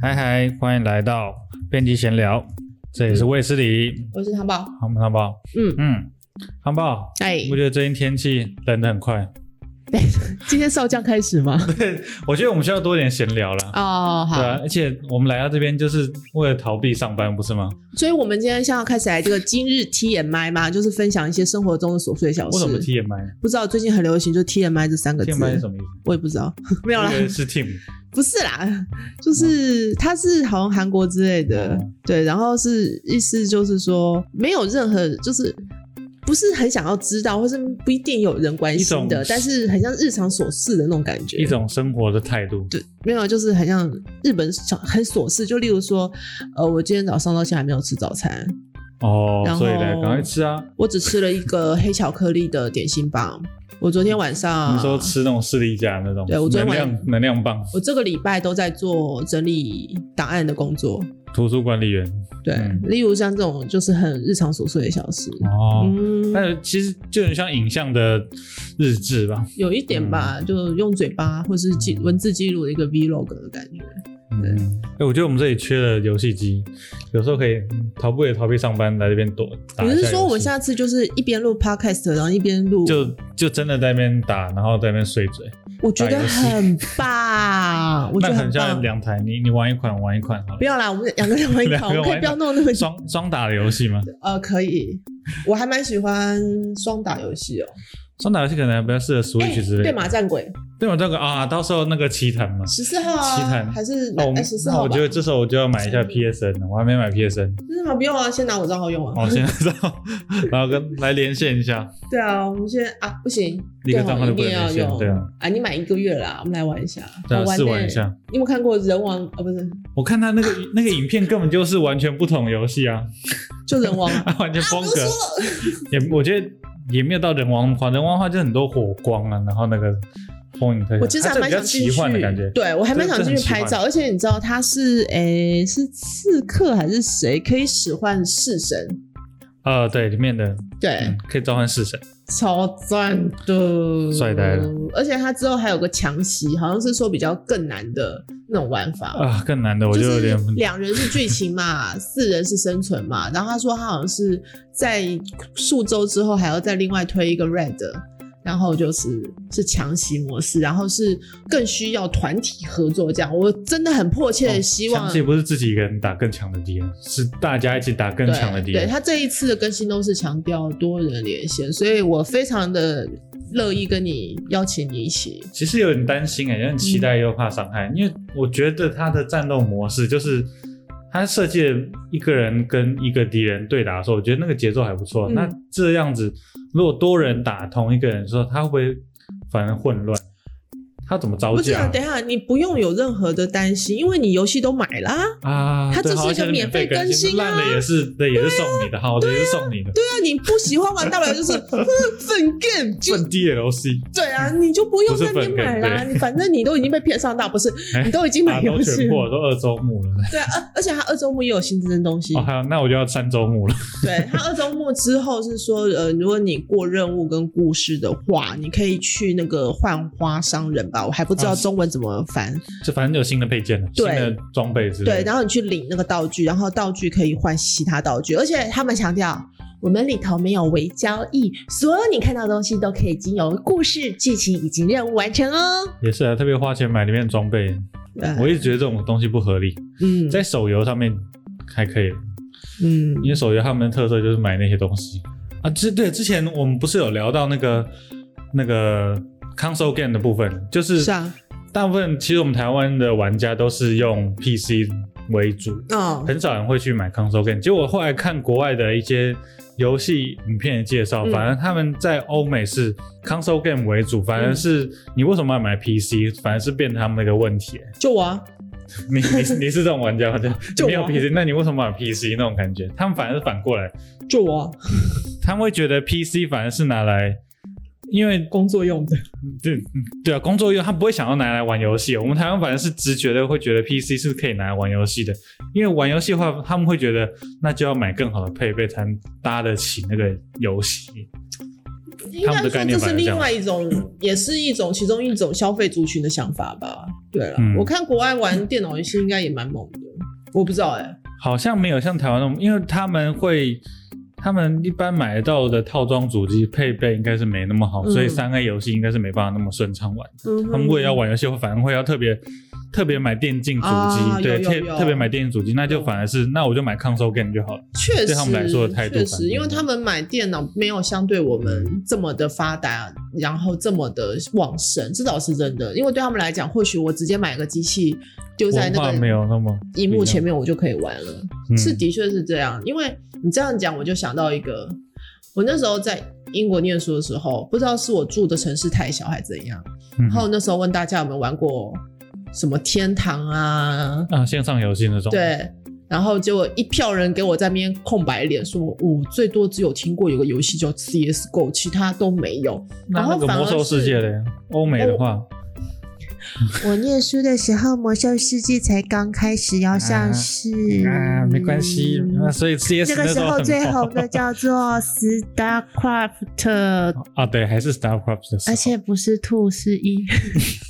嗨嗨，欢迎来到编辑闲聊，这里是卫斯理，我是糖宝。好不好，汉堡，嗯嗯，汉堡，哎，我觉得最近天气冷得很快，今天少将开 始吗？我觉得我们需要多一点闲聊了。哦，对好啊，。而且我们来到这边就是为了逃避上班，不是吗？所以我们今天想要开始来这个今日 TMI 嘛，就是分享一些生活中的琐碎小为事什。么 TMI？TMI 不知道最近很流行就 TMI 这三个字，是什么意思？我也不知 道，没有啦我，以为是 team， 不是 啦，就是它是好像韩国之类的嗯，对，然后是意思就是说没有任何就是。不是很想要知道，或是不一定有人关心一种的，但是很像日常琐事的那种感觉。一种生活的态度。对，没有，啊就是很像日本小很琐事，就例如说，呃，我今天早上到现在还没有吃早餐，哦然，后所以呢，赶快吃啊！我只吃了一个黑巧克力的点心棒。我昨天晚上，你说吃那种士力架那种，对我昨天能晚量能量棒，我这个礼拜都在做整理档案的工作，图书管理员对，嗯例如像这种就是很日常琐碎的小事，哦。嗯，那其实就很像影像的日志吧，有一点吧，嗯就用嘴巴或是记文字记录的一个 vlog 的感觉，嗯，哎、我觉得我们这里缺了游戏机，有时候可以逃避也逃避上班，来这边躲。打一你下是说游戏我下次就是一边录 podcast，然后一边录？就就真的在那边打，然后在那边碎嘴，我觉得打游戏很棒， 我觉那得很像棒。两台，你你玩一款，我玩一款好了不。要啦，我们两 个人玩一两套，个人我们可玩以一不要套弄那么久。双双打的游戏吗？呃，可以，我还蛮喜欢双打游戏哦。双打游戏可能比较适合 Switch 之类的。哎对马战鬼对嘛，这个啊，到时候那个棋坛嘛。十四号棋啊，坛还是那我们十四那号我吧觉？得这时候我就要买一下 PSN 了，我还没买 PSN。那么不用啊，先拿我账号用啊。哦，现在知道，然后跟来连线一下。对啊，我们先啊，不行，一个对哦账号就一不能定要连线用。哎对啊，你买一个月啦，我们来玩一下，对啊好玩欸试呢玩一下。你有没有看过人王啊？不是，我看他那个那个影片根本就是完全不同游戏啊，就 人王。啊完全风不格。说了，也我觉得也没有到人王的话，人王的话就很多火光啊，然后那个风影特效，我其实它还这蛮比较想进奇去幻的感觉。对我还蛮这想这进去很奇拍幻照，而且你知道他是诶是刺客还是谁可以使唤式神？呃，对，里面的对，嗯可以召唤式神，超赞的，帅呆了！而且它之后还有个强袭，好像是说比较更难的那种玩法。啊、更难的我就有是点。两人是剧 情嘛，四人是生存嘛。然后他说他好像是在数周之后还要再另外推一个 red，然后就是是强袭模式，然后是更需要团体合作这样。我真的很迫切的希望哦强，气不是自己一个人打更强的敌人，是大家一起打更强的敌对对人。他这一次的更新都是强调多人连线，所以我非常的乐意跟你邀请你一起。其实有点担心哎、有点期嗯待又怕伤害，因为我觉得他的战斗模式就是他设计了一个人跟一个敌人对打的时候，我觉得那个节奏还不错。嗯那这样子，如果多人打同一个人的时候，他会不会反而混乱？他怎么招不是啊，架等一下你不用有任何的担心，因为你游戏都买啦、啊？它对只是好一个像免费更更新啊烂的也是对，也是送你的，好的也是送你的。对啊，你不喜欢玩到 来就是哼粉 game，就笨 DLC 对啊，你就不用不是在那边粉 game，买啦，对你反正你都已经被骗上当，不是哎你都已经啊，买都游戏全破了。了，都二周目了。对啊，而而且它二周目也有新增东西哦，，还有那我就要三周目了。对它二周目之后是说，呃，如果你过任务跟故事的话，你可以去那个幻花商人吧，我还不知啊道中文怎么翻。就反正有新的配件了，新对的装备之类的。对，然后你去领那个道具，然后道具可以换其他道具，而且他们强调我们里头没有微交易，所有你看到的东西都可以经由故事、剧情以及任务完成哦。也是啊，特别花钱买里面的装备，我一对，直觉得这种东西不合理。嗯在手游上面还可以，嗯，因为手游他们的特色就是买那些东西啊。之对之前我们不是有聊到那个那个 console game 的部分，就是是啊，大部分其实我们台湾的玩家都是用 PC 为主，嗯很少人会去买 console game。结果我后来看国外的一些游戏影片的介绍，嗯反正他们在欧美是 console game 为主，反而嗯是你为什么要买 PC，反而是变他们的一个问题。 就我啊，你你你是这种玩家 吗？就就没有我 PC，那你为什么买 PC 那种感觉？他们反而是反过来，就我啊，他们会觉得 PC 反而是拿来因为工作用的，对嗯对啊，工作用他不会想要拿来玩游戏。哦我们台湾反正是直觉的会觉得 PC 是可以拿来玩游戏的，因为玩游戏的话，他们会觉得那就要买更好的配备才能搭得起那个游戏。应他们的概该说念反这是而这另样外一种，也是一种其中一种消费族群的想法吧。对了，嗯我看国外玩电脑游戏应该也蛮猛的，我不知道哎、好像没有像台湾那么，因为他们会，他们一般买得到的套装主机配备应该是没那么好，嗯所以三 A 游戏应该是没办法那么顺畅玩。嗯他们为了要玩游戏，反而会要特别特别买电竞主机，啊对，有有特有特别买电竞主机，那就反而是那我就买 console game 就好了。确实，对他们来说的态度确反实，应因为他们买电脑没有相对我们这么的发达，然后这么的旺盛，这倒是真的。因为对他们来讲，或许我直接买个机器丢在文那化没个有那么荧幕前面，我就可以玩了。嗯是的确是这样，因为你这样讲，我就想到一个，我那时候在英国念书的时候，不知道是我住的城市太小还是怎样，嗯然后那时候问大家有没有玩过什么天堂啊，啊，线上游戏那种，，对，然后结果一票人给我在那边空白脸说，我最多只有听过有个游戏叫 CS:GO，其他都没有。那然后那个反而魔兽世界嘞，欧美的话，我念书的时候，《魔兽世界》才刚开始要上市嗯啊，没关系，嗯那所以那 CS 个时候候很最红红的叫做 StarCraft， 啊，对，还是 StarCraft 的时候，而且不是 two 是 一，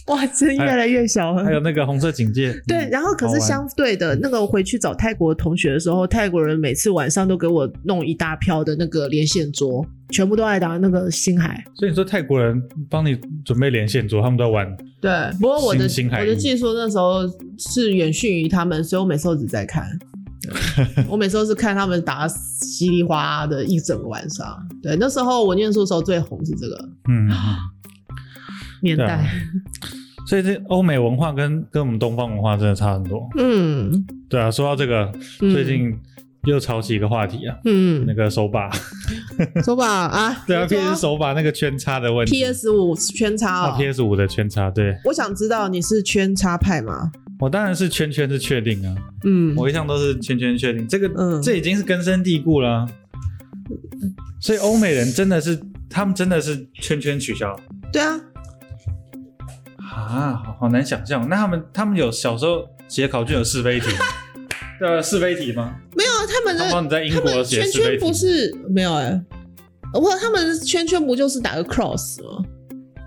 哇，真越来越小还有了。那个红色警戒， 对，嗯然后可好是玩相对的，那个我回去找泰国同学的时候，泰国人每次晚上都给我弄一大票的那个连线桌，全部都爱打那个星海。所以你说泰国人帮你准备连线桌，他们都在玩，对，不过我的星星海我的域技术那时候是远逊于他们，所以我每次都只在 看。对我每次都是看他们打稀里哗啦的一整个晚上。对，那时候我念书的时候最红是这个嗯，年对代。啊。所以这欧美文化跟跟我们东方文化真的差很多。嗯，对啊，说到这个，嗯最近又炒起一个话题啊，那嗯，个手把， 说吧啊，对啊你，PS 说手把那个圈叉的问题 PS 五圈叉啊哦。 ，PS 五的圈叉，对我想知道你是圈叉派吗？我当然是圈圈是确定啊，嗯，我一向都是圈圈确定，这个、嗯这已经是根深蒂固了啊、所以欧美人真的是，他们真的是圈圈取消对啊，啊，好好难想象。那他们他们有小时候写考卷有是非题， 对啊，是非题吗？没有啊他们的他帮你在英他国们写圈是非题圈不，是没有哎、我他们圈圈不就是打个 cross 吗？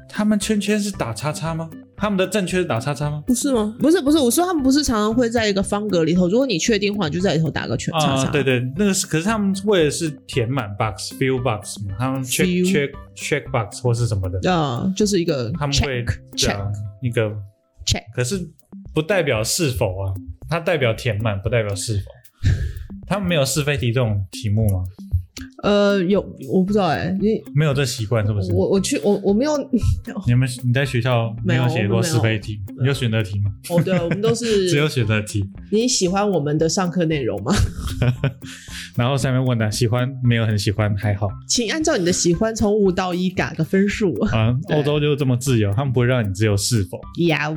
他们圈圈是打叉叉吗？他们的正确是打叉叉吗？不是吗？不是不是，我说他们不是常常会在一个方格里头，如果你确定的话，你就在里头打个圈叉叉。啊，对对，那个是，可是他们为的是填满 box、fill box 嘛，他们 check Fill check check box 或是什么的，啊，就是一个他们会 check 对啊 check 一个 check 可是不代表是否啊，它代表填满，不代表是否。他们没有是非题这种题目吗？呃，有我不知道哎、你没有这习惯是不是？我我去我我没有，你们你在学校没有没有写我过们没是有非题，你有选择题吗？哦对，我们都 是只有选择题，你喜欢我们的上课内容吗？ 然后上面问的喜欢没有很喜欢还好请按照你的喜欢从五到一打个分数。 啊。对欧洲就是这么自由，他们不会让你只有是否。呀，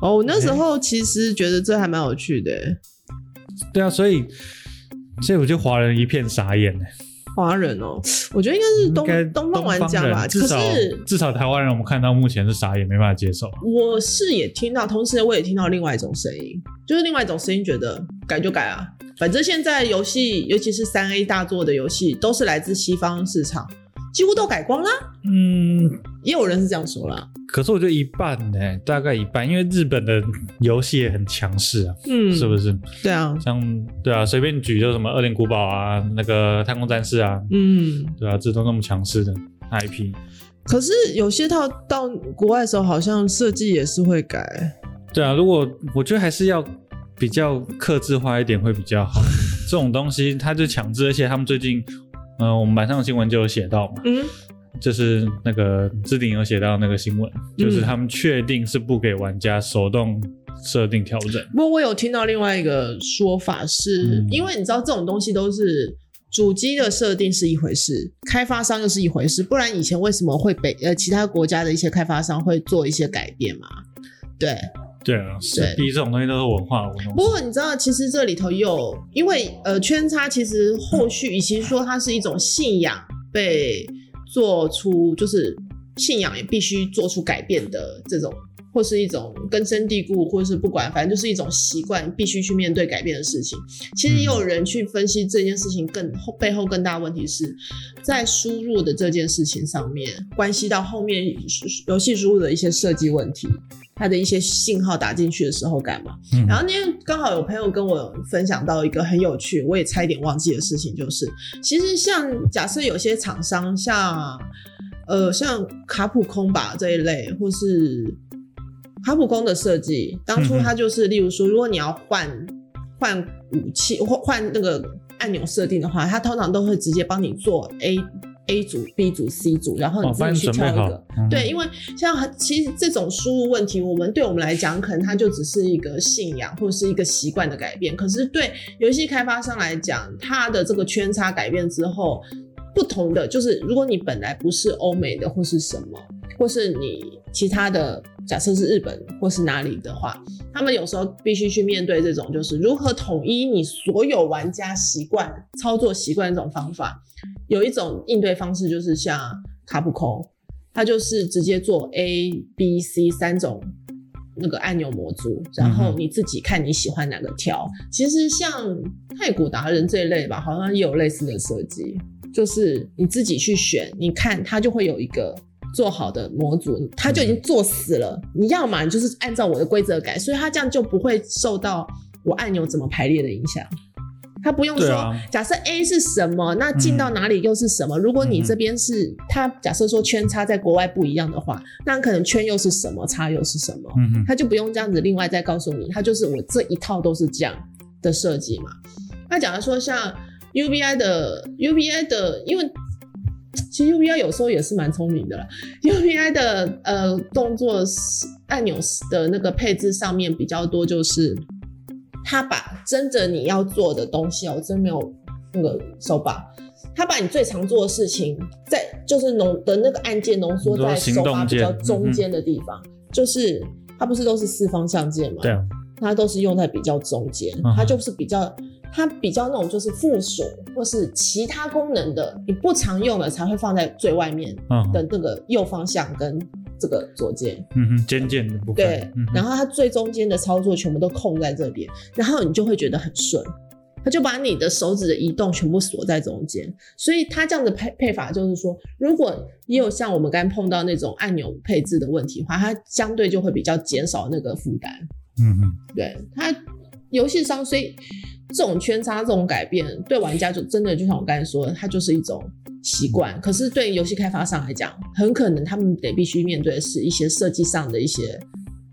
哦，我那时候其实觉得这还蛮有趣的欸，对啊，所以所以我觉得华人一片傻眼呢、华人哦，我觉得应该是嗯应该东东方玩方家人吧，至可少是至少台湾人我们看到目前是傻眼，没办法接受。我是也听到，同时我也听到另外一种声音，就是另外一种声音觉得改就改啊，反正现在游戏，尤其是三 A 大作的游戏，都是来自西方市场，几乎都改光啦。嗯，也有人是这样说啦，可是我觉得一半呢、大概一半，因为日本的游戏也很强势啊，嗯是不是？对啊，像对啊，随便举就什么《恶灵古堡》啊，那个《太空战士》啊，嗯，对啊，这都那么强势的 IP。可是有些套到国外的时候，好像设计也是会改，对啊，如果我觉得还是要比较克制化一点会比较好。 这种东西它就强制，而且他们最近，嗯、我们晚上的新闻就有写到嘛，嗯，就是那个置顶有写到那个新闻，就是他们确定是不给玩家手动设定调整。不过我有听到另外一个说法是，嗯因为你知道这种东西都是主机的设定是一回事，开发商又是一回事，不然以前为什么会被呃其他国家的一些开发商会做一些改变嘛？对，对啊，是对第一这种东西都是文化的东西。不过你知道，其实这里头也有，因为呃圈差其实后续，与其说它是一种信仰被做出就是信仰也必须做出改变的这种，或是一种根深蒂固，或是不管，反正就是一种习惯，必须去面对改变的事情。其实也有人去分析这件事情更后背后更大的问题是在输入的这件事情上面，关系到后面游戏输入的一些设计问题，它的一些信号打进去的时候感嘛。嗯然后那天刚好有朋友跟我分享到一个很有趣，我也差一点忘记的事情，就是其实像假设有些厂商像呃像卡普空吧这一类，或是卡普空的设计，当初嗯哼它就是例如说，如果你要换换武器或换那个按钮设定的话，它通常都会直接帮你做 A。A 组、B 组、C 组，然后你哦，自帮你己去准挑备一好个。，嗯对，，因为像很其实这种输入问题，我们对我们来讲，可能它就只是一个信仰或者是一个习惯的改变。可是对游戏开发商来讲，它的这个圈差改变之后，不同的就是，如果你本来不是欧美的或是什么，或是你其他的，假设是日本或是哪里的话，他们有时候必须去面对这种，就是如何统一你所有玩家习惯、操作习惯这种方法。有一种应对方式就是像卡普空，它就是直接做 A、B、C 三种那个按钮模组，然后嗯哼你自己看你喜欢哪个挑。其实像太古达人这一类吧，好像也有类似的设计，就是你自己去选，你看它就会有一个。做好的模组，它就已经做死了。你要嘛，你就是按照我的规则改，所以它这样就不会受到我按钮怎么排列的影响。它不用对说，啊假设 A 是什么，那进到哪里又是什么？如果你这边是它，假设说圈差在国外不一样的话，那可能圈又是什么，差又是什么，嗯哼，它就不用这样子另外再告诉你，它就是我这一套都是这样的设计嘛。那假如说像 UBI 的 UBI 的，因为其实 UBI 有时候也是蛮聪明的啦。UBI 的呃动作是按钮的那个配置上面比较多，就是它把真的你要做的东西哦，我真没有那个手把。它把你最常做的事情，在就是浓的那个按键浓缩你说在行手把动比较键嗯中哼间的地方，就是它不是都是四方向键嘛？对啊，它都是用在比较中间嗯，它就是比较它比较那种就是附属或是其他功能的，你不常用的才会放在最外面嗯的那个右方向跟这个左键。嗯哼，尖键的部分，对，嗯哼然后它最中间的操作全部都控在这边，然后你就会觉得很顺。它就把你的手指的移动全部锁在中间，所以它这样的配配法就是说，如果也有像我们刚才碰到那种按钮配置的问题的话，它相对就会比较减少那个负担。嗯哼，对它游戏商，所以这种圈差、这种改变，对玩家就真的就像我刚才说的，它就是一种习惯。可是对游戏开发商来讲，很可能他们得必须面对的是一些设计上的一些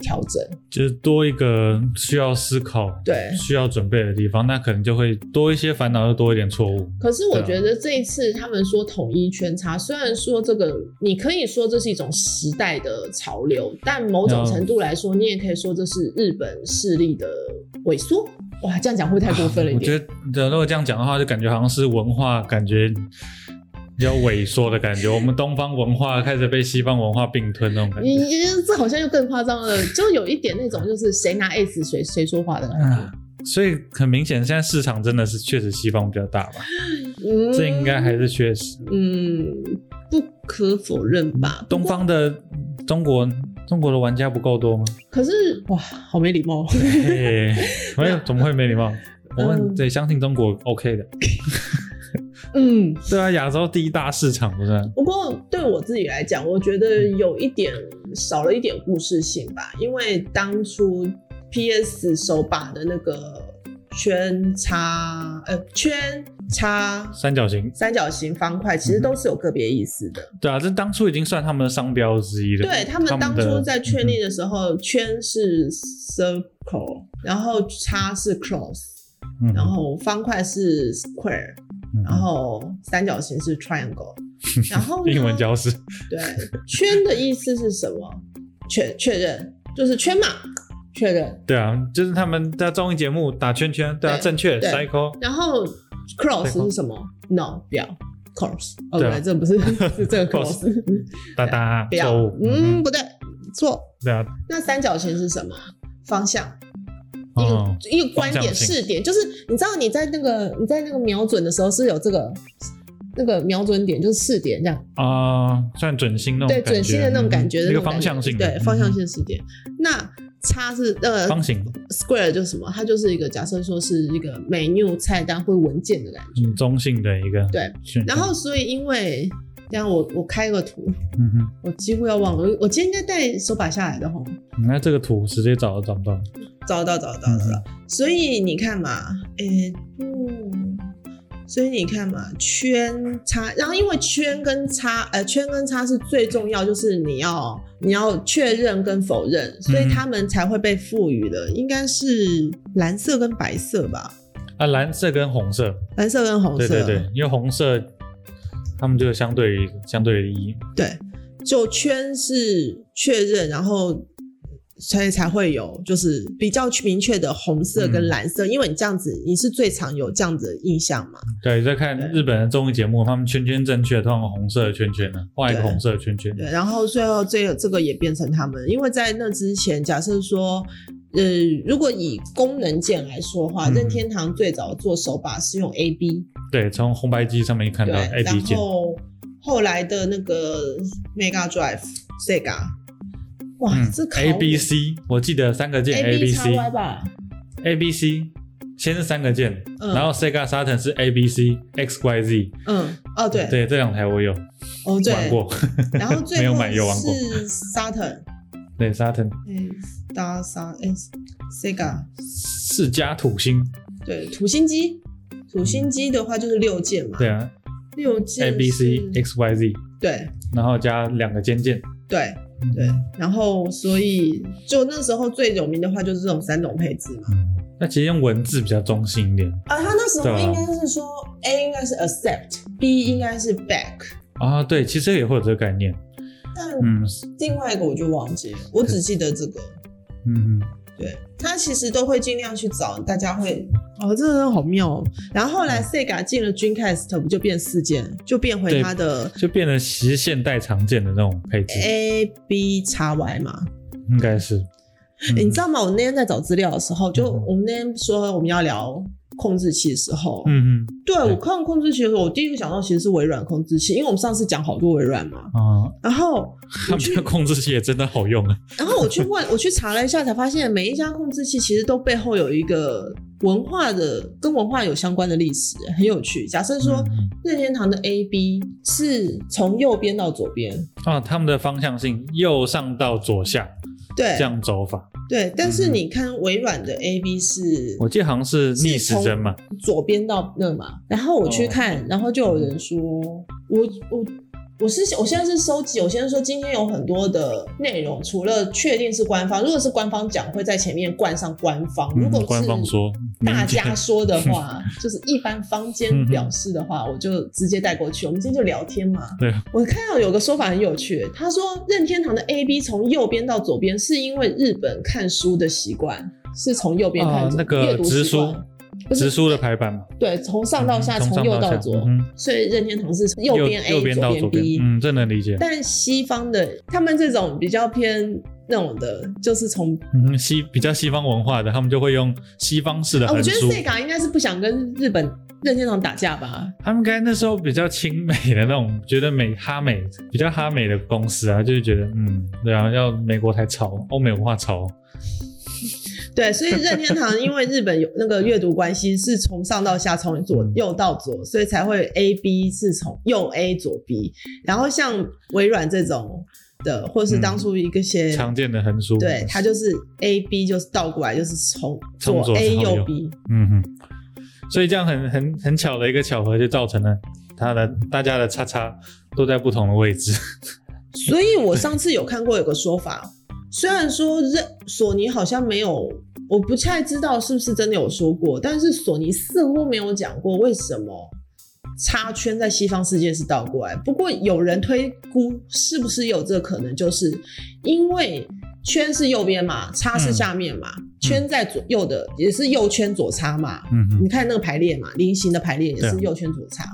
调整。就是多一个需要思考、对需要准备的地方，那可能就会多一些烦恼，又多一点错误。可是对我啊觉得这一次他们说统一圈差，虽然说这个你可以说这是一种时代的潮流，但某种嗯程度来说，你也可以说这是日本势力的萎缩。哇，这样讲会不会太过分了一我点？觉得，对如果这样讲的话，就感觉好像是文化感觉比较萎缩的感觉。我们东方文化开始被西方文化并吞那种感你觉。你这好像又更夸张了，就有一点那种就是谁拿 S 谁谁说话的感啊觉。所以很明显，现在市场真的是确实西方比较大吧，嗯，这应该还是确实。嗯不可否认吧。东方的中国中国的玩家不够多吗？可是哇，好没礼 貌。哦 嘿没有，怎么会没礼貌？我们嗯得相信中国 OK 的。嗯，对啊，亚洲第一大市场不是？不过对我自己来讲，我觉得有一点少了一点故事性吧，因为当初 PS 手把的那个圈叉呃圈叉三角形，三角形方块，其实都是有个别意思的。对啊，这当初已经算他们的商标之一了。对他们当初的嗯在确定的时候，圈是 circle，然后叉是 cross，嗯，然后方块是 square，嗯然后三角形是 triangle，然后呢英文教师，对圈的意思是什么？确确认就是圈嘛，确认。对啊，就是他们在综艺节目打圈圈，对啊，对正确对 cycle，然后 cross Circle 是什么？no 不要 cross，哦，对啊对，这 不是是这个 Cross cross，哒哒， 不错要误，，嗯，，不对，错。对啊，那三角形是什么？方向。一个、哦，一个观方点向性视点，就是你知道你在那个你在那个瞄准的时候是有这个那个瞄准点就是四点这样，啊，算准星那种对感觉准心的那种感觉，嗯那一个种方感觉向性的，对方向嗯性四点。那叉是呃方形， square 就是什么？它就是一个假设说是一个 menu 菜单或文件的感觉。嗯，中性的一个对选项，然后所以因为这样我我开个图，嗯哼，我几乎要忘了，我我今天应该带手把下来的吼，那这个图直接找都找不到，找到找到嗯找到。所以你看嘛，诶、嗯，所以你看嘛，圈叉，然后因为圈跟叉，呃，圈跟叉是最重要，就是你要你要确认跟否认，所以嗯他们才会被赋予的，应该是蓝色跟白色吧，啊，蓝色跟红色，蓝色跟红对色，对对，因为红色他们就相对于相对于一，对，就圈是确认，然后所以才会有就是比较明确的红色跟嗯蓝色，因为你这样子你是最常有这样子的印象嘛。对，在看对日本的综艺节目，他们圈圈正确，通常红色的圈圈呢，画一个对红色的圈圈，对，然后最后这个这个也变成他们，因为在那之前，假设说。呃，如果以功能键来说的话，嗯任天堂最早做手把是用 A B，对，从红白机上面看对到，A 啊然 B 键，后后来的那个 Mega Drive Sega，哇，嗯这考，A B 我 C，我记得三个键 A A B B C X Y 吧， A B C，先是三个键，嗯然后 Sega Saturn 是 A B C X Y Z，嗯，哦对，对，这两台我有哦对，玩过， 然后没最有后买有玩过，是 Saturn，对 Saturn 哎，搭 s a s Sega，世家土星，对，土星机，土嗯星机的话就是六键嘛，对，啊六键，A B 是 C X Y Z，对然后加两个尖键，对对，嗯然后所以就那时候最有名的话就是这种三种配置嘛，嗯，那其实用文字比较中性一点啊，他那时对候啊应该是说 A 应该是 accept，B 应该是 back，啊，对，其实也会有这个概念，但嗯另外一个我就忘记了，我只记得这个。嗯嗯，对，他其实都会尽量去找，大家会哦，这个好妙哦。然后后来 Sega 进了 Dreamcast，不就变四件，就变回嗯对它的就变得其实现代常见的那种配置， A B X Y 嘛、应该是，嗯哎诶你知道吗？我那天在找资料的时候，就嗯我们那天说我们要聊控制器的时候，嗯嗯对我看到控制器的时候，我第一个想到其实是微软控制器，因为我们上次讲好多微软嘛。啊，然后他们的控制器也真的好用啊，然后我去 问，我去查了一下，才发现每一家控制器其实都背后有一个文化的跟文化有相关的历史，很有趣。假设说嗯嗯任天堂的 A B 是从右边到左边，啊，他们的方向性右上到左下对这样走法，对，但是嗯你看微软的 A B 是我记得好像是逆时针哦嗯嘛，左边到那嘛，然后我去看，然后就有人说，我我。我是我现在是收集，我现在说今天有很多的内容，除了确定是官方，如果是官方讲，会在前面冠上官方；如嗯果是官方说，民大间家说的话，就是一般坊间表示的话，我就直接带过去。我们今天就聊天嘛。 对，我看到有个说法很有趣，他说任天堂的 A B 从右边到左边，是因为日本看书的习惯是从右边看啊左、那阅个读直习书惯，不是直书的排版嘛，对，从上到下，嗯从从上右下到左，嗯哼所以任天堂是右边 A 右边到左边 B。，嗯，这能理解。但西方的他们这种比较偏那种的，就是从嗯，西比较西方文化的，他们就会用西方式的啊，我横觉得书。 Sega 应该是不想跟日本任天堂打架吧。他们应该那时候比较亲美的那种，觉得美哈美比较哈美的公司啊，就是觉得嗯，对啊，要美国才潮，欧美文化潮。对，所以任天堂因为日本有那个阅读关系，是从上到下，从左嗯右到左，所以才会 A B 是从右 A 左 B。然后像微软这种的，或嗯是当初一个些、常见的横书，对，它就是 A B 就是倒过来，就是从从左左 A 到右右 B。嗯哼，所以这样很很很巧的一个巧合，就造成了它的大家的叉叉都在不同的位置。所以我上次有看过有个说法，虽然说任索尼好像没有，我不太知道是不是真的有说过，但是索尼似乎没有讲过为什么插圈在西方世界是倒过来。不过有人推估是不是有这个可能，就是因为。圈是右边嘛，叉嗯是下面嘛，圈在左右的也是右圈左叉嘛，嗯哼你，看那个排列嘛，菱形的排列也对啊是右圈左叉。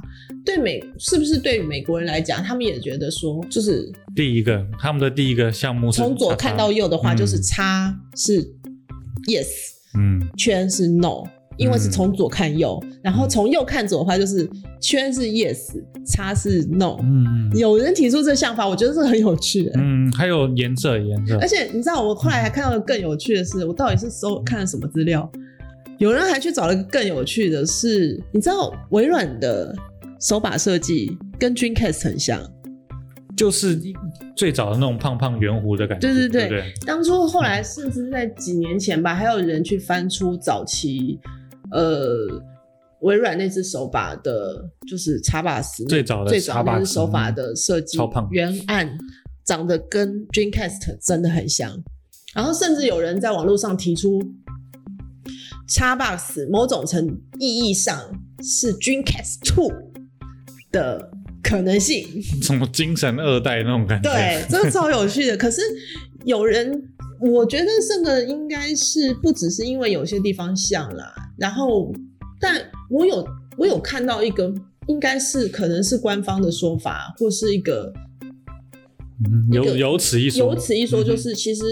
对美是不是对于美国人来讲，他们也觉得说，就是 第一个他们的第一个项目是从左叉叉看到右的话，嗯就是叉是 yes，嗯圈是 no。因为是从左看右，然后从右看左的话就是圈是 yes，叉是 no。嗯有人提出这想法，我觉得这很有趣、欸。嗯，还有颜色颜色而，且你知道，我后来还看到了更有趣的是，我到底是搜看了什么资料？有人还去找了一个更有趣的是，你知道微软的手把设计跟 Dreamcast 很像。就是最早的那种胖胖圆弧的感觉，对对对对不对，当初后来甚至在几年前吧，还有人去翻出早期，呃，微软那只手把的，就是查把斯最早的最早查把那只斯手把的设计超胖原案，长得跟 Dreamcast 真的很像。然后甚至有人在网络上提出，Xbox 某种程意义上是 Dreamcast Two 的可能性。什么精神二代那种感觉，对，真的超有趣的。可是有人，我觉得这个应该是不只是因为有些地方像啦，然后，但我有我有看到一个，应该是可能是官方的说法，或是一个嗯，有一个有此一说，嗯有此一说，就是其实。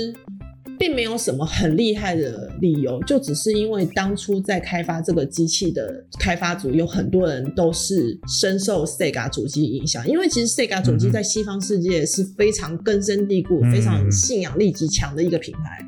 并没有什么很厉害的理由，就只是因为当初在开发这个机器的开发组有很多人都是深受 Sega 主机影响，因为其实 Sega 主机嗯在西方世界是非常根深蒂固、嗯非常信仰力极强的一个品牌。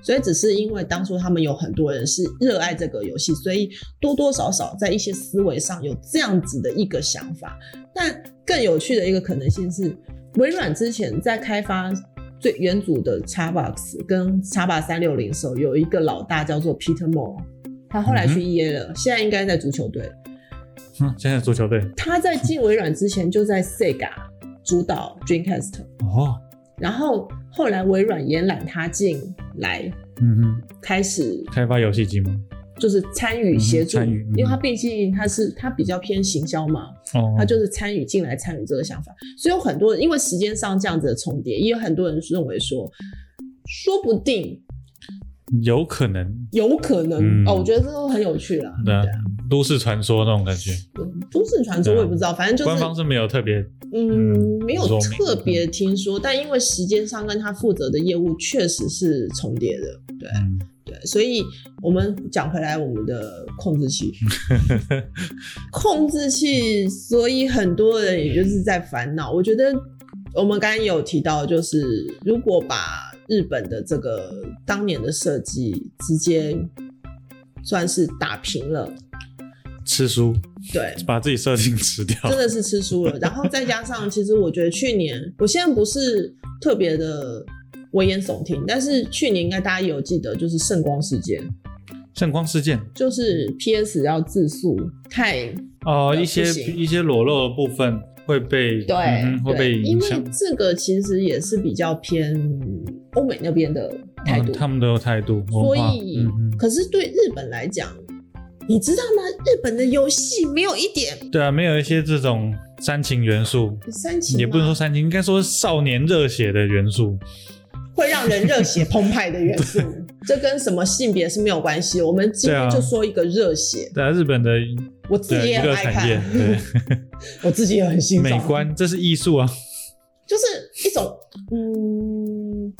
所以只是因为当初他们有很多人是热爱这个游戏，所以多多少少在一些思维上有这样子的一个想法。但更有趣的一个可能性是，微软之前在开发最元祖的 Xbox 跟 Xbox 三六零的时候，有一个老大叫做 Peter Moore，他后来去 EA 了，现在应该在足球队。嗯现在足球队他在进微软之前就在 Sega 主导 Dreamcast，哦，然后后来微软延揽他进来，嗯哼，开始开发游戏机吗？就是参与协助，嗯参与嗯因为他毕竟他是他比较偏行销嘛，哦，他就是参与进来参与这个想法，所以有很多人因为时间上这样子的重叠，也有很多人认为说，说不定有可能有可能、嗯啊哦，我觉得这都很有趣啦。啊嗯的都市传说那种感觉，都市传说我也不知道，反正就啊官是方是没有特别，嗯没有说明特别听说，但因为时间上跟他负责的业务确实是重叠的，对嗯，对，所以我们讲回来我们的控制器，控制器，所以很多人也就是在烦恼。我觉得我们刚刚有提到，就是如果把日本的这个当年的设计直接算是打平了，吃书对，把自己设定吃掉，真的是吃书了。然后再加上，其实我觉得去年，我现在不是特别的危言耸听，但是去年应该大家也有记得，就是圣光事件，圣光事件就是 PS 要自诉太哦，呃一些不行一些裸露的部分会被对、嗯哼会被对因影为响，这个其实也是比较偏欧美那边的态嗯度，他们都有态度，所文化以、嗯哼可是对日本来讲，你知道吗？日本的游戏没有一点对啊，没有一些这种煽情元素，煽情吗，也不能说煽情，应该说是少年热血的元素。会让人热 血澎湃的元素，这跟什么性别是没有关系。我们今对啊天就说一个热血，对啊，日本的我自己对啊也娱很乐爱产业看，，对 我自己也很 欣赏。美观，这是艺术 啊。就是一种，嗯，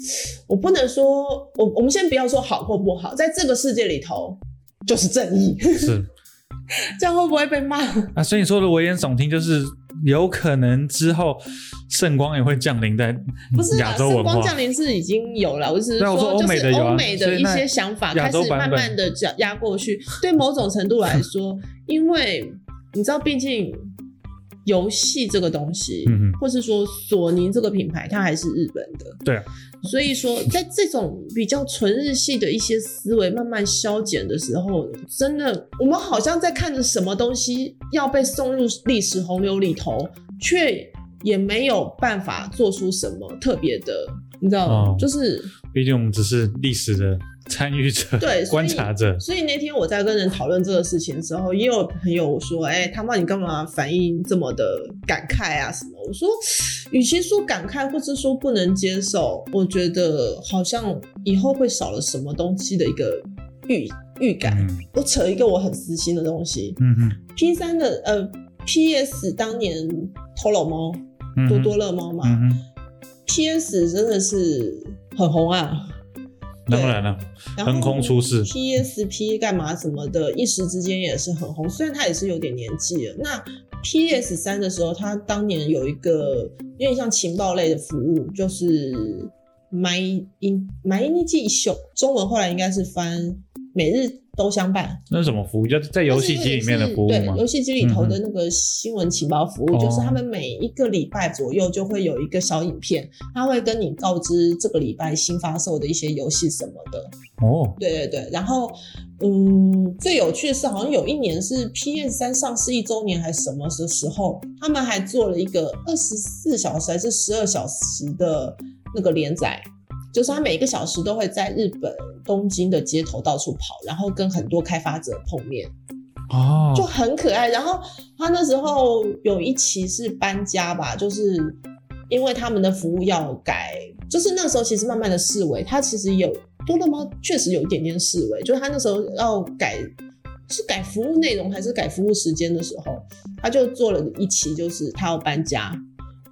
我不能说，我我们先不要说好或不好，在这个世界里头就是正义， 是这样会不会被骂？啊，所以说的危言耸听就是有可能之后圣光也会降临在不是亚啦，洲圣文化光。降临是已经有了，我只是对啊我说说，欧就美的是有啊欧美所的以一那些想法亚开洲始版慢本慢的压压过去。对某种程度来 说，因为你知道，毕竟游戏这个东西，嗯哼或是说索尼这个品牌，它还是日本的，对啊，所以说在这种比较纯日系的一些思维慢慢消减的时候，真的我们好像在看着什么东西要被送入历史洪流里头，却也没有办法做出什么特别的，你知道吗？哦就是毕竟我们只是历史的参与者、 对所以观察者。所以那天我在跟人讨论这个事情的时候，也有朋友说：“哎、他妈你干嘛反应这么的感慨啊什么？”我说：“与其说感慨，或是说不能接受，我觉得好像以后会少了什么东西的一个预预感。嗯我扯一个我很私心的东西嗯哼，P 三的呃 PS 当年偷老猫嗯哼，多多乐猫嘛、嗯哼， p s 真的是很红啊。当然了，横空出世 PSP 干嘛什么的，一时之间也是很红。虽然它也是有点年纪了。那 PS 三的时候，它当年有一个有点像情报类的服务，就是买音买音记秀，中文后来应该是翻每日都相伴。那是什么服务？叫在游戏机里面的服务但是吗嗯对，？游戏机里头的那个新闻情报服务，嗯哼就是他们每一个礼拜左右就会有一个小影片，他会跟你告知这个礼拜新发售的一些游戏什么的。哦，对对对，然后嗯，最有趣的是，好像有一年是 PS 三上市一周年还是什么的时候，他们还做了一个二十四小时还是十二小时的那个连载。就是他每一个小时都会在日本东京的街头到处跑，然后跟很多开发者碰面，哦，就很可爱。然后他那时候有一期是搬家吧，就是因为他们的服务要改，就是那时候其实慢慢的视为他其实有多乐猫确实有一点点视为，就是他那时候要改。是改服务内容还是改服务时间的时候，他就做了一期，就是他要搬家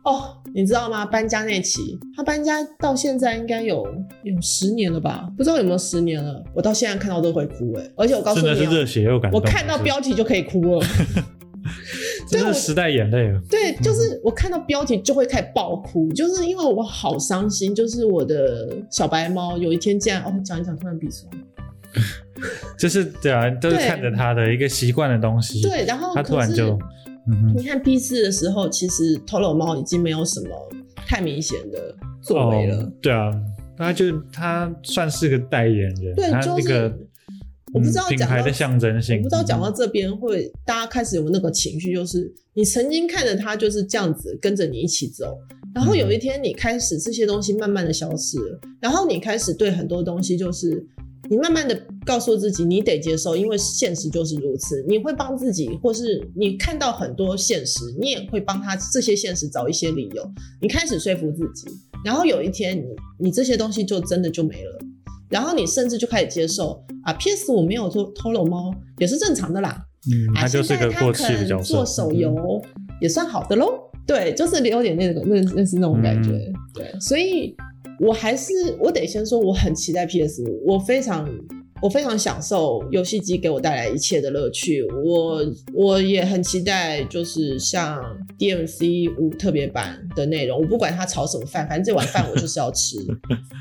哦，你知道吗？搬家那期，他搬家到现在应该有有十年了吧？不知道有没有十年了，我到现在看到都会哭哎、而且我告诉真你、哦的是热血又感我动，看到是标题就可以哭了。 真的时代眼泪了。对，就是我看到标题就会开始爆哭，就是因为我好伤心，就是我的小白猫有一天竟然哦讲一讲突然鼻酸，就是对啊，都是对看着他的一个习惯的东西，对，然后他可突然是就，嗯哼，你看 P 四的时候，其实头篓猫已经没有什么太明显的作为了。哦，对啊，他就他算是个代言人，对他就是那个我不知嗯道讲品到牌的象征性，我不知道讲到这边会大家开始有没有那个情绪，就是你曾经看着它就是这样子跟着你一起走，然后嗯有一天你开始这些东西慢慢的消失了，然后你开始对很多东西就是你慢慢的告诉自己你得接受，因为现实就是如此。你会帮自己，或是你看到很多现实，你也会帮他这些现实找一些理由，你开始说服自己，然后有一天你你这些东西就真的就没了。然后你甚至就开始接受啊，PS 我没有做偷了猫也是正常的啦。嗯，啊，他就现是在个他过气的肯角色，嗯做手游、也算好的喽。对，就是有点那个那那是那种感觉。嗯对，所以我还是我得先说，我很期待 PS 五，我非常。我非常享受游戏机给我带来一切的乐趣，我我也很期待，就是像 DMC 五特别版的内容，我不管它炒什么饭，反正这碗饭我就是要吃。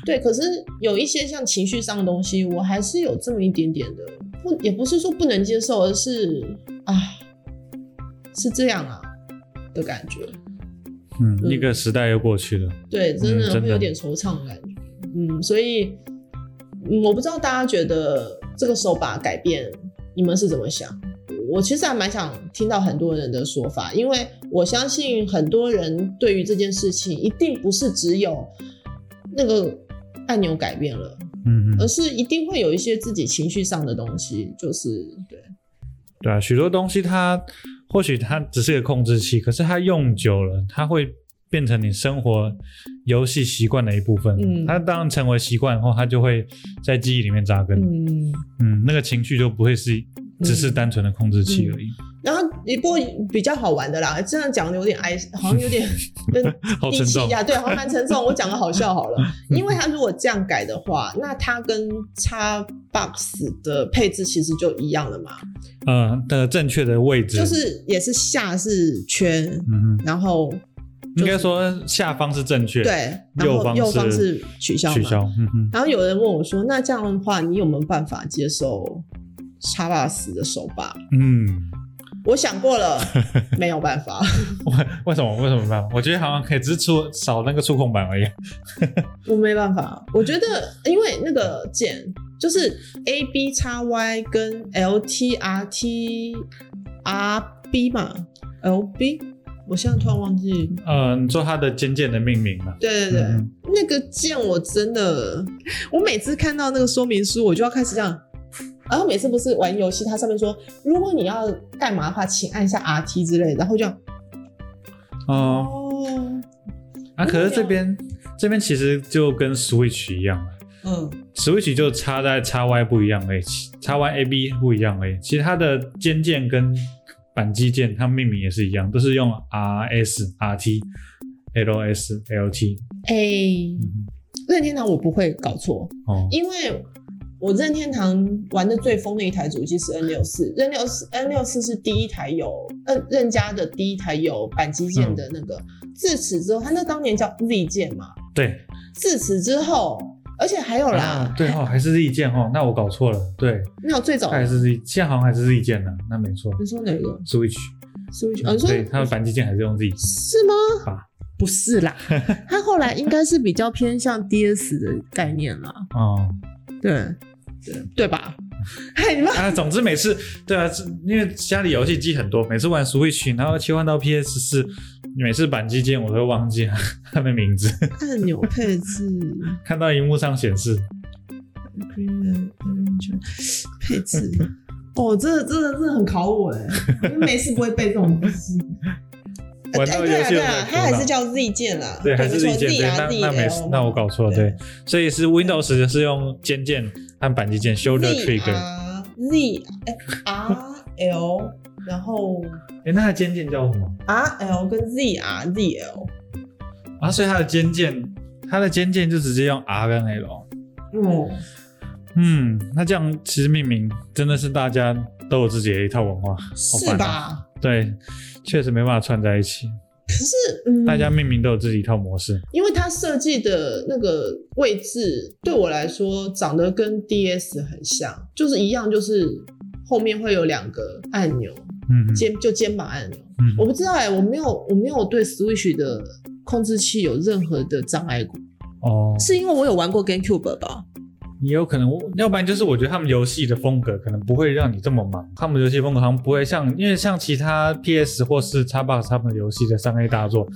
对，可是有一些像情绪上的东西，我还是有这么一点点的不，也不是说不能接受，而是啊，是这样啊的感觉。嗯，嗯一个时代又过去了，对，真嗯的真的会有点惆怅的感觉。嗯，所以、嗯我不知道大家觉得这个手把改变，你们是怎么想？我其实还蛮想听到很多人的说法，因为我相信很多人对于这件事情，一定不是只有那个按钮改变了。嗯而嗯，是一定会有一些自己情绪上的东西，就是对，对啊，许多东西它或许它只是个控制器，可是它用久了，它会。变成你生活游戏习惯的一部分，嗯它当然成为习惯后，它就会在记忆里面扎根，嗯。嗯，那个情绪就不会是只是单纯的控制器而已，然后一不过比较好玩的啦，这样讲有点哀，好像 有点跟好低沉气重。压，对，好像蛮沉重。我讲个好 笑好了，因为他如果这样改的话，那他跟叉 box 的配置其实就一样了嘛，嗯的正确的位置，就是也是下是圈，嗯哼，然后应该说下方是正确，对，，然右后方右是方是取消嘛，取消，嗯哼，然后有人问我说：“那这样的话，你有没有办法接受叉 b 斯的手把嗯，？” 我想过了，没有办法，为为什么为什么办？我觉得好像可以，只是触少那个触控板而已。我没办法。我觉得，因为那个键就是 A B 叉 Y 跟 L T R T R B 嘛，L B，我现在突然忘记。嗯，做它的尖键的命名嘛，对对对，嗯那个键我真的，我每次看到那个说明书，我就要开始这样。然后每次不是玩游戏，它上面说，如果你要干嘛的话，请按下 R T 之类的，然后就这样哦哦，啊，可是这边这边其实就跟 Switch 一样嗯，Switch 就插在叉 Y 不一样而已，叉 Y A B 不一样而已，其实它的尖键跟扳机键它命名也是一样，都是用 R S R T L S L T，哎、嗯哼任天堂我不会搞错，哦，因为我任天堂玩的最疯的一台主机是 N 六四，N 六四 N 六四是第一台有任任家的第一台有扳机键嗯的那个。自此之后，它那当年叫 Z 键嘛。对，自此之后，而且还有啦啊，对哦，还是日意见哦，那我搞错了，对，没有最它早还是日意，现在好像还是日意见呢，那没错你说哪个，Switch， Switch？呃、嗯你说对，它的扳机键还是用自己是吗？吧，不是 啦，它后来应该是比较偏向 DS 的概念啦。哦，对，对对吧？ 嗨，你们 啊，总之每次对啊，是因为家里游戏机很多，每次玩 Switch，然后切换到 PS 四，每次扳机键我都会忘记它 它的名字，按钮配置。看到荧幕上显示， Green Orange 配置。哦，这个这个这个很考我哎，我没事不会背这种东西。 玩哎到对游啊戏对有啊，点它还苦恼是叫 Z 键啦，对，还是没错 Z 键对，啊那 Z 那没 L 那我嘛搞错了，对，所以是 Windows 是用尖键和扳机键 shoulder Z 嗯 trigger， R Z 哎 R L，然后哎，那它的尖键叫什么 R L 跟 Z R Z L，啊？所以它的尖键，它的尖键就直接用 R 跟 L，嗯，嗯，那这样其实命名真的是大家都有自己的一套文化，是烦吧？对，确实没办法串在一起。可是嗯，大家命名都有自己一套模式。因为它设计的那个位置对我来说长得跟 DS 很像，就是一样，就是后面会有两个按钮，嗯哼肩就肩膀按钮。嗯我哼，不知道哎、我没有我没有对 Switch 的控制器有任何的障碍过，哦，是因为我有玩过 GameCube 吧？也有可能，要不然就是我觉得他们游戏的风格可能不会让你这么忙，他们游戏风格好像不会像，因为像其他 PS 或是 Xbox 他们的游戏的三 A 大作，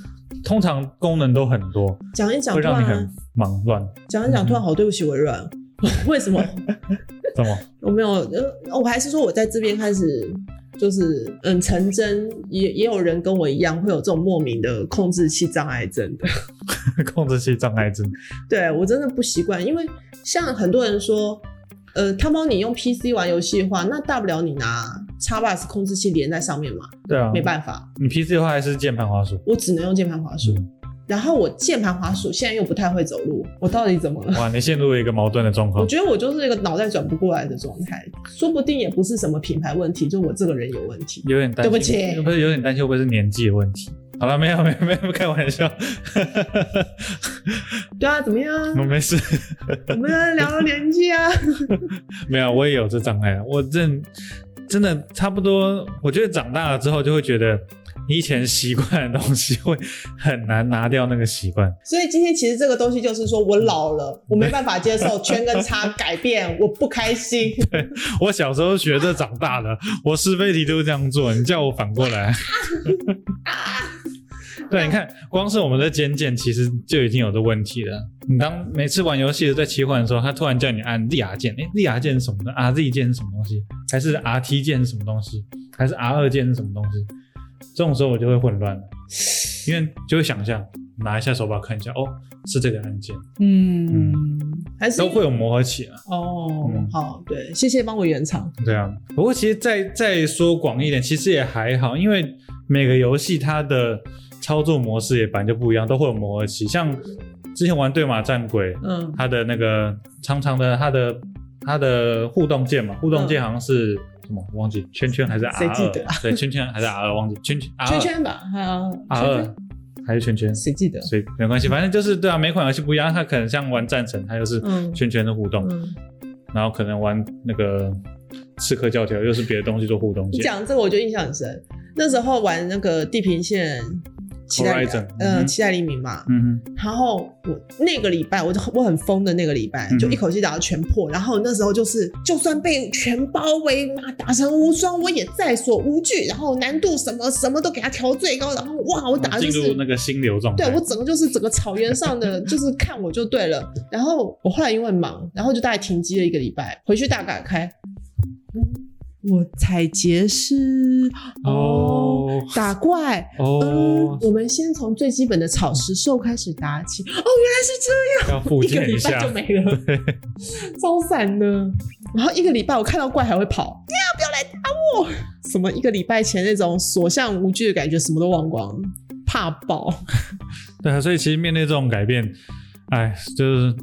通常功能都很多，讲一讲会突让你很嗯然忙乱。讲一讲，突然好对不起微软， 为什么怎么？ 我没有？呃，我还是说我在这边开始。就是嗯，成真也也有人跟我一样会有这种莫名的控制器障碍症的。控制器障碍症？对我真的不习惯，因为像很多人说，呃，他帮你用 PC 玩游戏的话，那大不了你拿 Xbox 控制器连在上面嘛，对啊，没办法，你 PC 的话还是键盘滑鼠。我只能用键盘滑鼠。嗯然后我键盘滑鼠现在又不太会走路，我到底怎么了？哇，你陷入了一个矛盾的状我况。觉得我就是一个脑袋转不过来的状态，说不定也不是什么品牌问题，就我这个人有问题。有点担心，对不起不是有点担心会不会是年纪的问题？好了，没有没有没有，开玩笑， 对啊，怎么样？我没事。我们来聊聊年纪啊。 没有，我也有这障碍啊。我真真的差不多，我觉得长大了之后就会觉得，你以前习惯的东西会很难拿掉那个习惯。所以今天其实这个东西就是说我老了，我没办法接受圈跟叉改变，我不开心。我小时候学着长大的，我是非题都这样做，你叫我反过来。 对，你看，光是我们的肩键其实就已经有这问题了。你当每次玩游戏在切换的时候，他突然叫你按 Z R 键，哎，Z R 键是什么呢？R Z 键是什么东西？还是 R T 键是什么东西？还是 R 二键是什么东西？这种时候我就会混乱了，因为就会想一下，拿一下手把看一下，哦，是这个按键，嗯，还是都会有磨合期啊。哦嗯。好，对，谢谢帮我圆场。对啊，不过其实再再说广义一点，其实也还好，因为每个游戏它的操作模式也本来就不一样，都会有磨合期。像之前玩《对马战鬼》，嗯，它的那个长长的它的它的互动键嘛，互动键好像是什么忘记，圈圈还是 R 谁记二得？对，圈圈还是 R 二忘记，圈圈 R 圈二圈吧，啊， R 圈二圈还是圈圈，谁记得？所以没关系，反正就是对啊，每款游戏不一样，它可能像玩战神，它就是嗯圈圈的互动。嗯，然后可能玩那个刺客教条，又是别的东西做互动你键。讲这个我就印象很深。那时候玩那个地平线，期待 Horizon，呃嗯期待黎明嘛，嗯然后我那个礼拜，我就我很疯的那个礼拜，嗯就一口气打到全破。然后那时候就是，就算被全包围，妈打成无双，我也在所无惧。然后难度什么什么都给它调最高。然后哇，我哼，打的就进入是那个心流状态。对我整个就是整个草原上的，就是看我就对了。然后我后来因为忙，然后就大概停机了一个礼拜，回去大改开。嗯，我采撷是哦，哦打怪。嗯哦，，我们先从最基本的草食兽开始打起。哦，原来是这样。要复一个健礼拜下就。没了，超散呢。然后一个礼拜我看到怪还会跑，不要不要来打我！什么一个礼拜前那种所向无惧的感觉，什么都忘光，怕爆。对啊，所以其实面对这种改变，哎，就是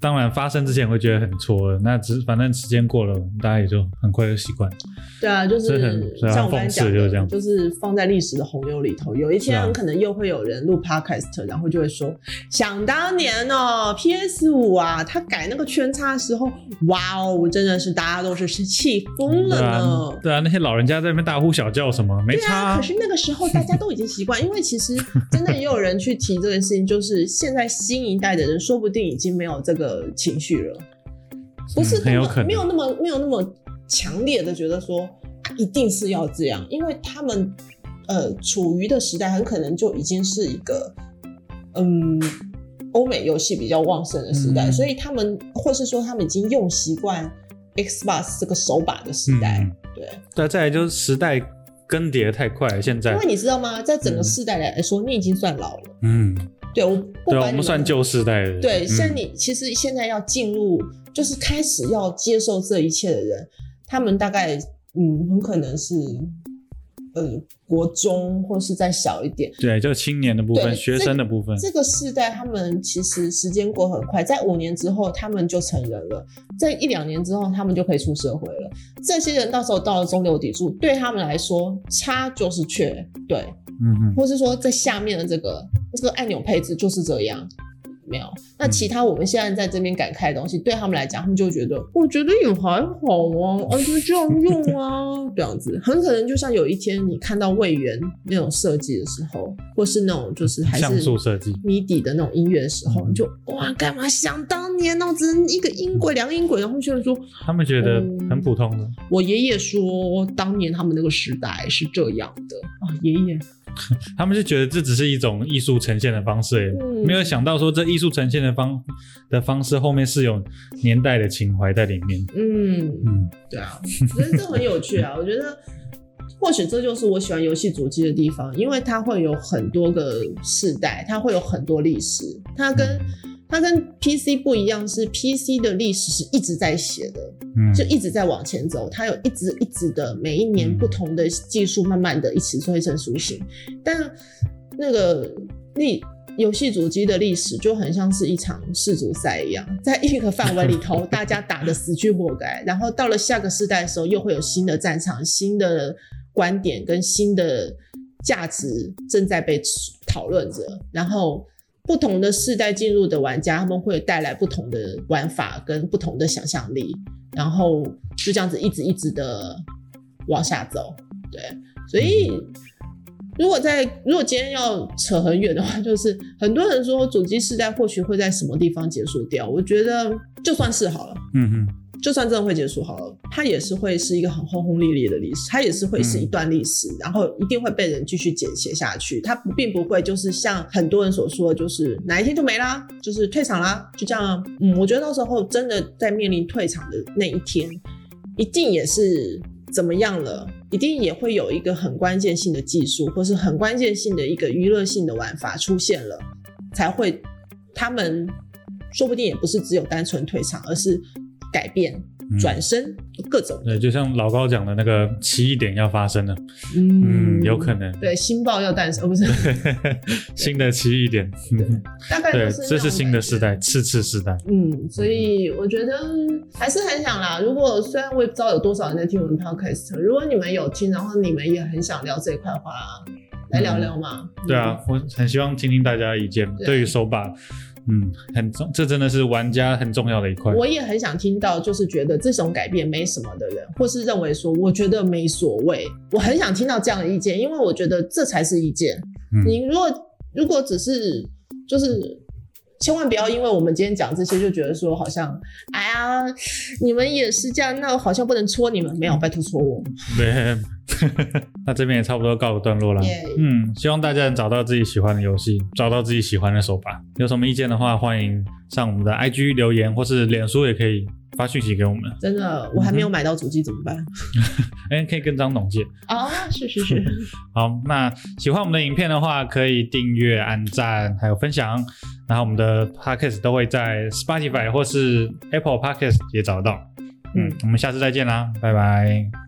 当然发生之前会觉得很错愕，那只反正时间过了，大家也就很快就习惯了。对啊，就这是很像我刚才这很讽刺就讲是这的，样就是放在历史的洪流里头。有一天是啊很可能又会有人录 podcast，然后就会说，想当年哦，PS 五啊，它改那个圈叉的时候，哇哦，真的是大家都是气疯了对呢啊。，对啊，那些老人家在那边大呼小叫什么，没对差、啊，可是那个时候大家都已经习惯，因为其实真的也有人去提这件事情，就是现在新一代的人说不定已经没有这个情绪了，不是嗯那很有么、可能没有那么没有那么强烈的觉得说啊一定是要这样，因为他们呃处于的时代很可能就已经是一个嗯。欧美游戏比较旺盛的时代，嗯所以他们或是说他们已经用习惯 Xbox 这个手把的时代，嗯对，对啊，再来就是时代更迭得太快了，现在因为你知道吗，在整个嗯世代来说，你已经算老了。嗯，对，我不对啊，管我你们算旧世代的，对，嗯像你其实现在要进入，就是开始要接受这一切的人，他们大概嗯，很可能是呃国中或是再小一点。对，就青年的部分，对学生的部分，这个世代，他们其实时间过很快，在五年之后他们就成人了，在一两年之后他们就可以出社会了。这些人到时候到了中流砥柱，对他们来说差就是缺，对，嗯哼，或是说在下面的这个这个按钮配置就是这样，没有。那其他我们现在在这边改开的东西，对他们来讲，他们就会觉得我觉得也还好啊，啊就这样用啊，这样子。很可能就像有一天你看到魏源那种设计的时候，或是那种就是还像是素设计， MIDI 的那种音乐的时候，嗯你就哇干嘛？想当年哦，只能一个音轨两个音轨，然后觉得说他们觉得嗯很普通的，我爷爷说当年他们那个时代是这样的啊，爷爷他们就觉得这只是一种艺术呈现的方式而已，嗯没有想到说这艺术呈现的方的方式后面是有年代的情怀在里面。嗯嗯，对啊，我觉得这很有趣啊。我觉得或许这就是我喜欢游戏主机的地方，因为它会有很多个世代，它会有很多历史。它跟它跟 PC 不一样，是 PC 的历史是一直在写的，嗯，就一直在往前走，它有一直一直的每一年不同的技术，慢慢的一起推陈出新。但那个历游戏主机的历史就很像是一场世足赛一样，在一个范围里头，大家打的死去活该。然后到了下个世代的时候，又会有新的战场、新的观点跟新的价值正在被讨论着，然后。不同的世代进入的玩家，他们会带来不同的玩法跟不同的想象力。然后就这样子一直一直的往下走。对，所以如果在如果今天要扯很远的话，就是很多人说主机时代或许会在什么地方结束掉，我觉得就算是好了。嗯哼，就算真的会结束好了，它也是会是一个很轰轰烈烈的历史，它也是会是一段历史，然后一定会被人继续剪写下去。它不并不会就是像很多人所说的，就是哪一天就没啦，就是退场啦，就这样啊。嗯，我觉得到时候真的在面临退场的那一天，一定也是怎么样了，一定也会有一个很关键性的技术，或是很关键性的一个娱乐性的玩法出现了，才会他们说不定也不是只有单纯退场，而是改变、嗯转身各种的对，就像老高讲的那个奇异点要发生了，嗯，有可能，对新报要诞生，哦不是 新的奇异点，嗯对大概对就是，那这种是新的时感觉。代，次次时代，嗯，所以我觉得还是很想啦。如果虽然我也不知道有多少人在听我们 podcast，如果你们有听，然后你们也很想聊这一块的话，来聊聊嘛。嗯对啊，我很希望听听大家的意见，嗯对对于手把，嗯，很重，这真的是玩家很重要的一块，嗯我也很想听到，就是觉得这种改变没什么的人，或是认为说我觉得没所谓，我很想听到这样的意见，因为我觉得这才是意见。嗯你如果如果只是就是。千万不要因为我们今天讲这些就觉得说好像，哎呀，你们也是这样，那我好像不能戳你们，没有，拜托戳我。对， 那这边也差不多告个段落了。耶嗯，希望大家能找到自己喜欢的游戏，找到自己喜欢的手把。有什么意见的话，欢迎上我们的 IG 留言，或是脸书也可以发讯息给我们。真的，我还没有买到主机怎么办？哎、可以跟张董借。啊、嗯是是是，好，那喜欢我们的影片的话，可以订阅、按赞，还有分享。然后我们的 podcast 都会在 Spotify 或是 Apple Podcast 也找到。嗯嗯，我们下次再见啦，拜拜。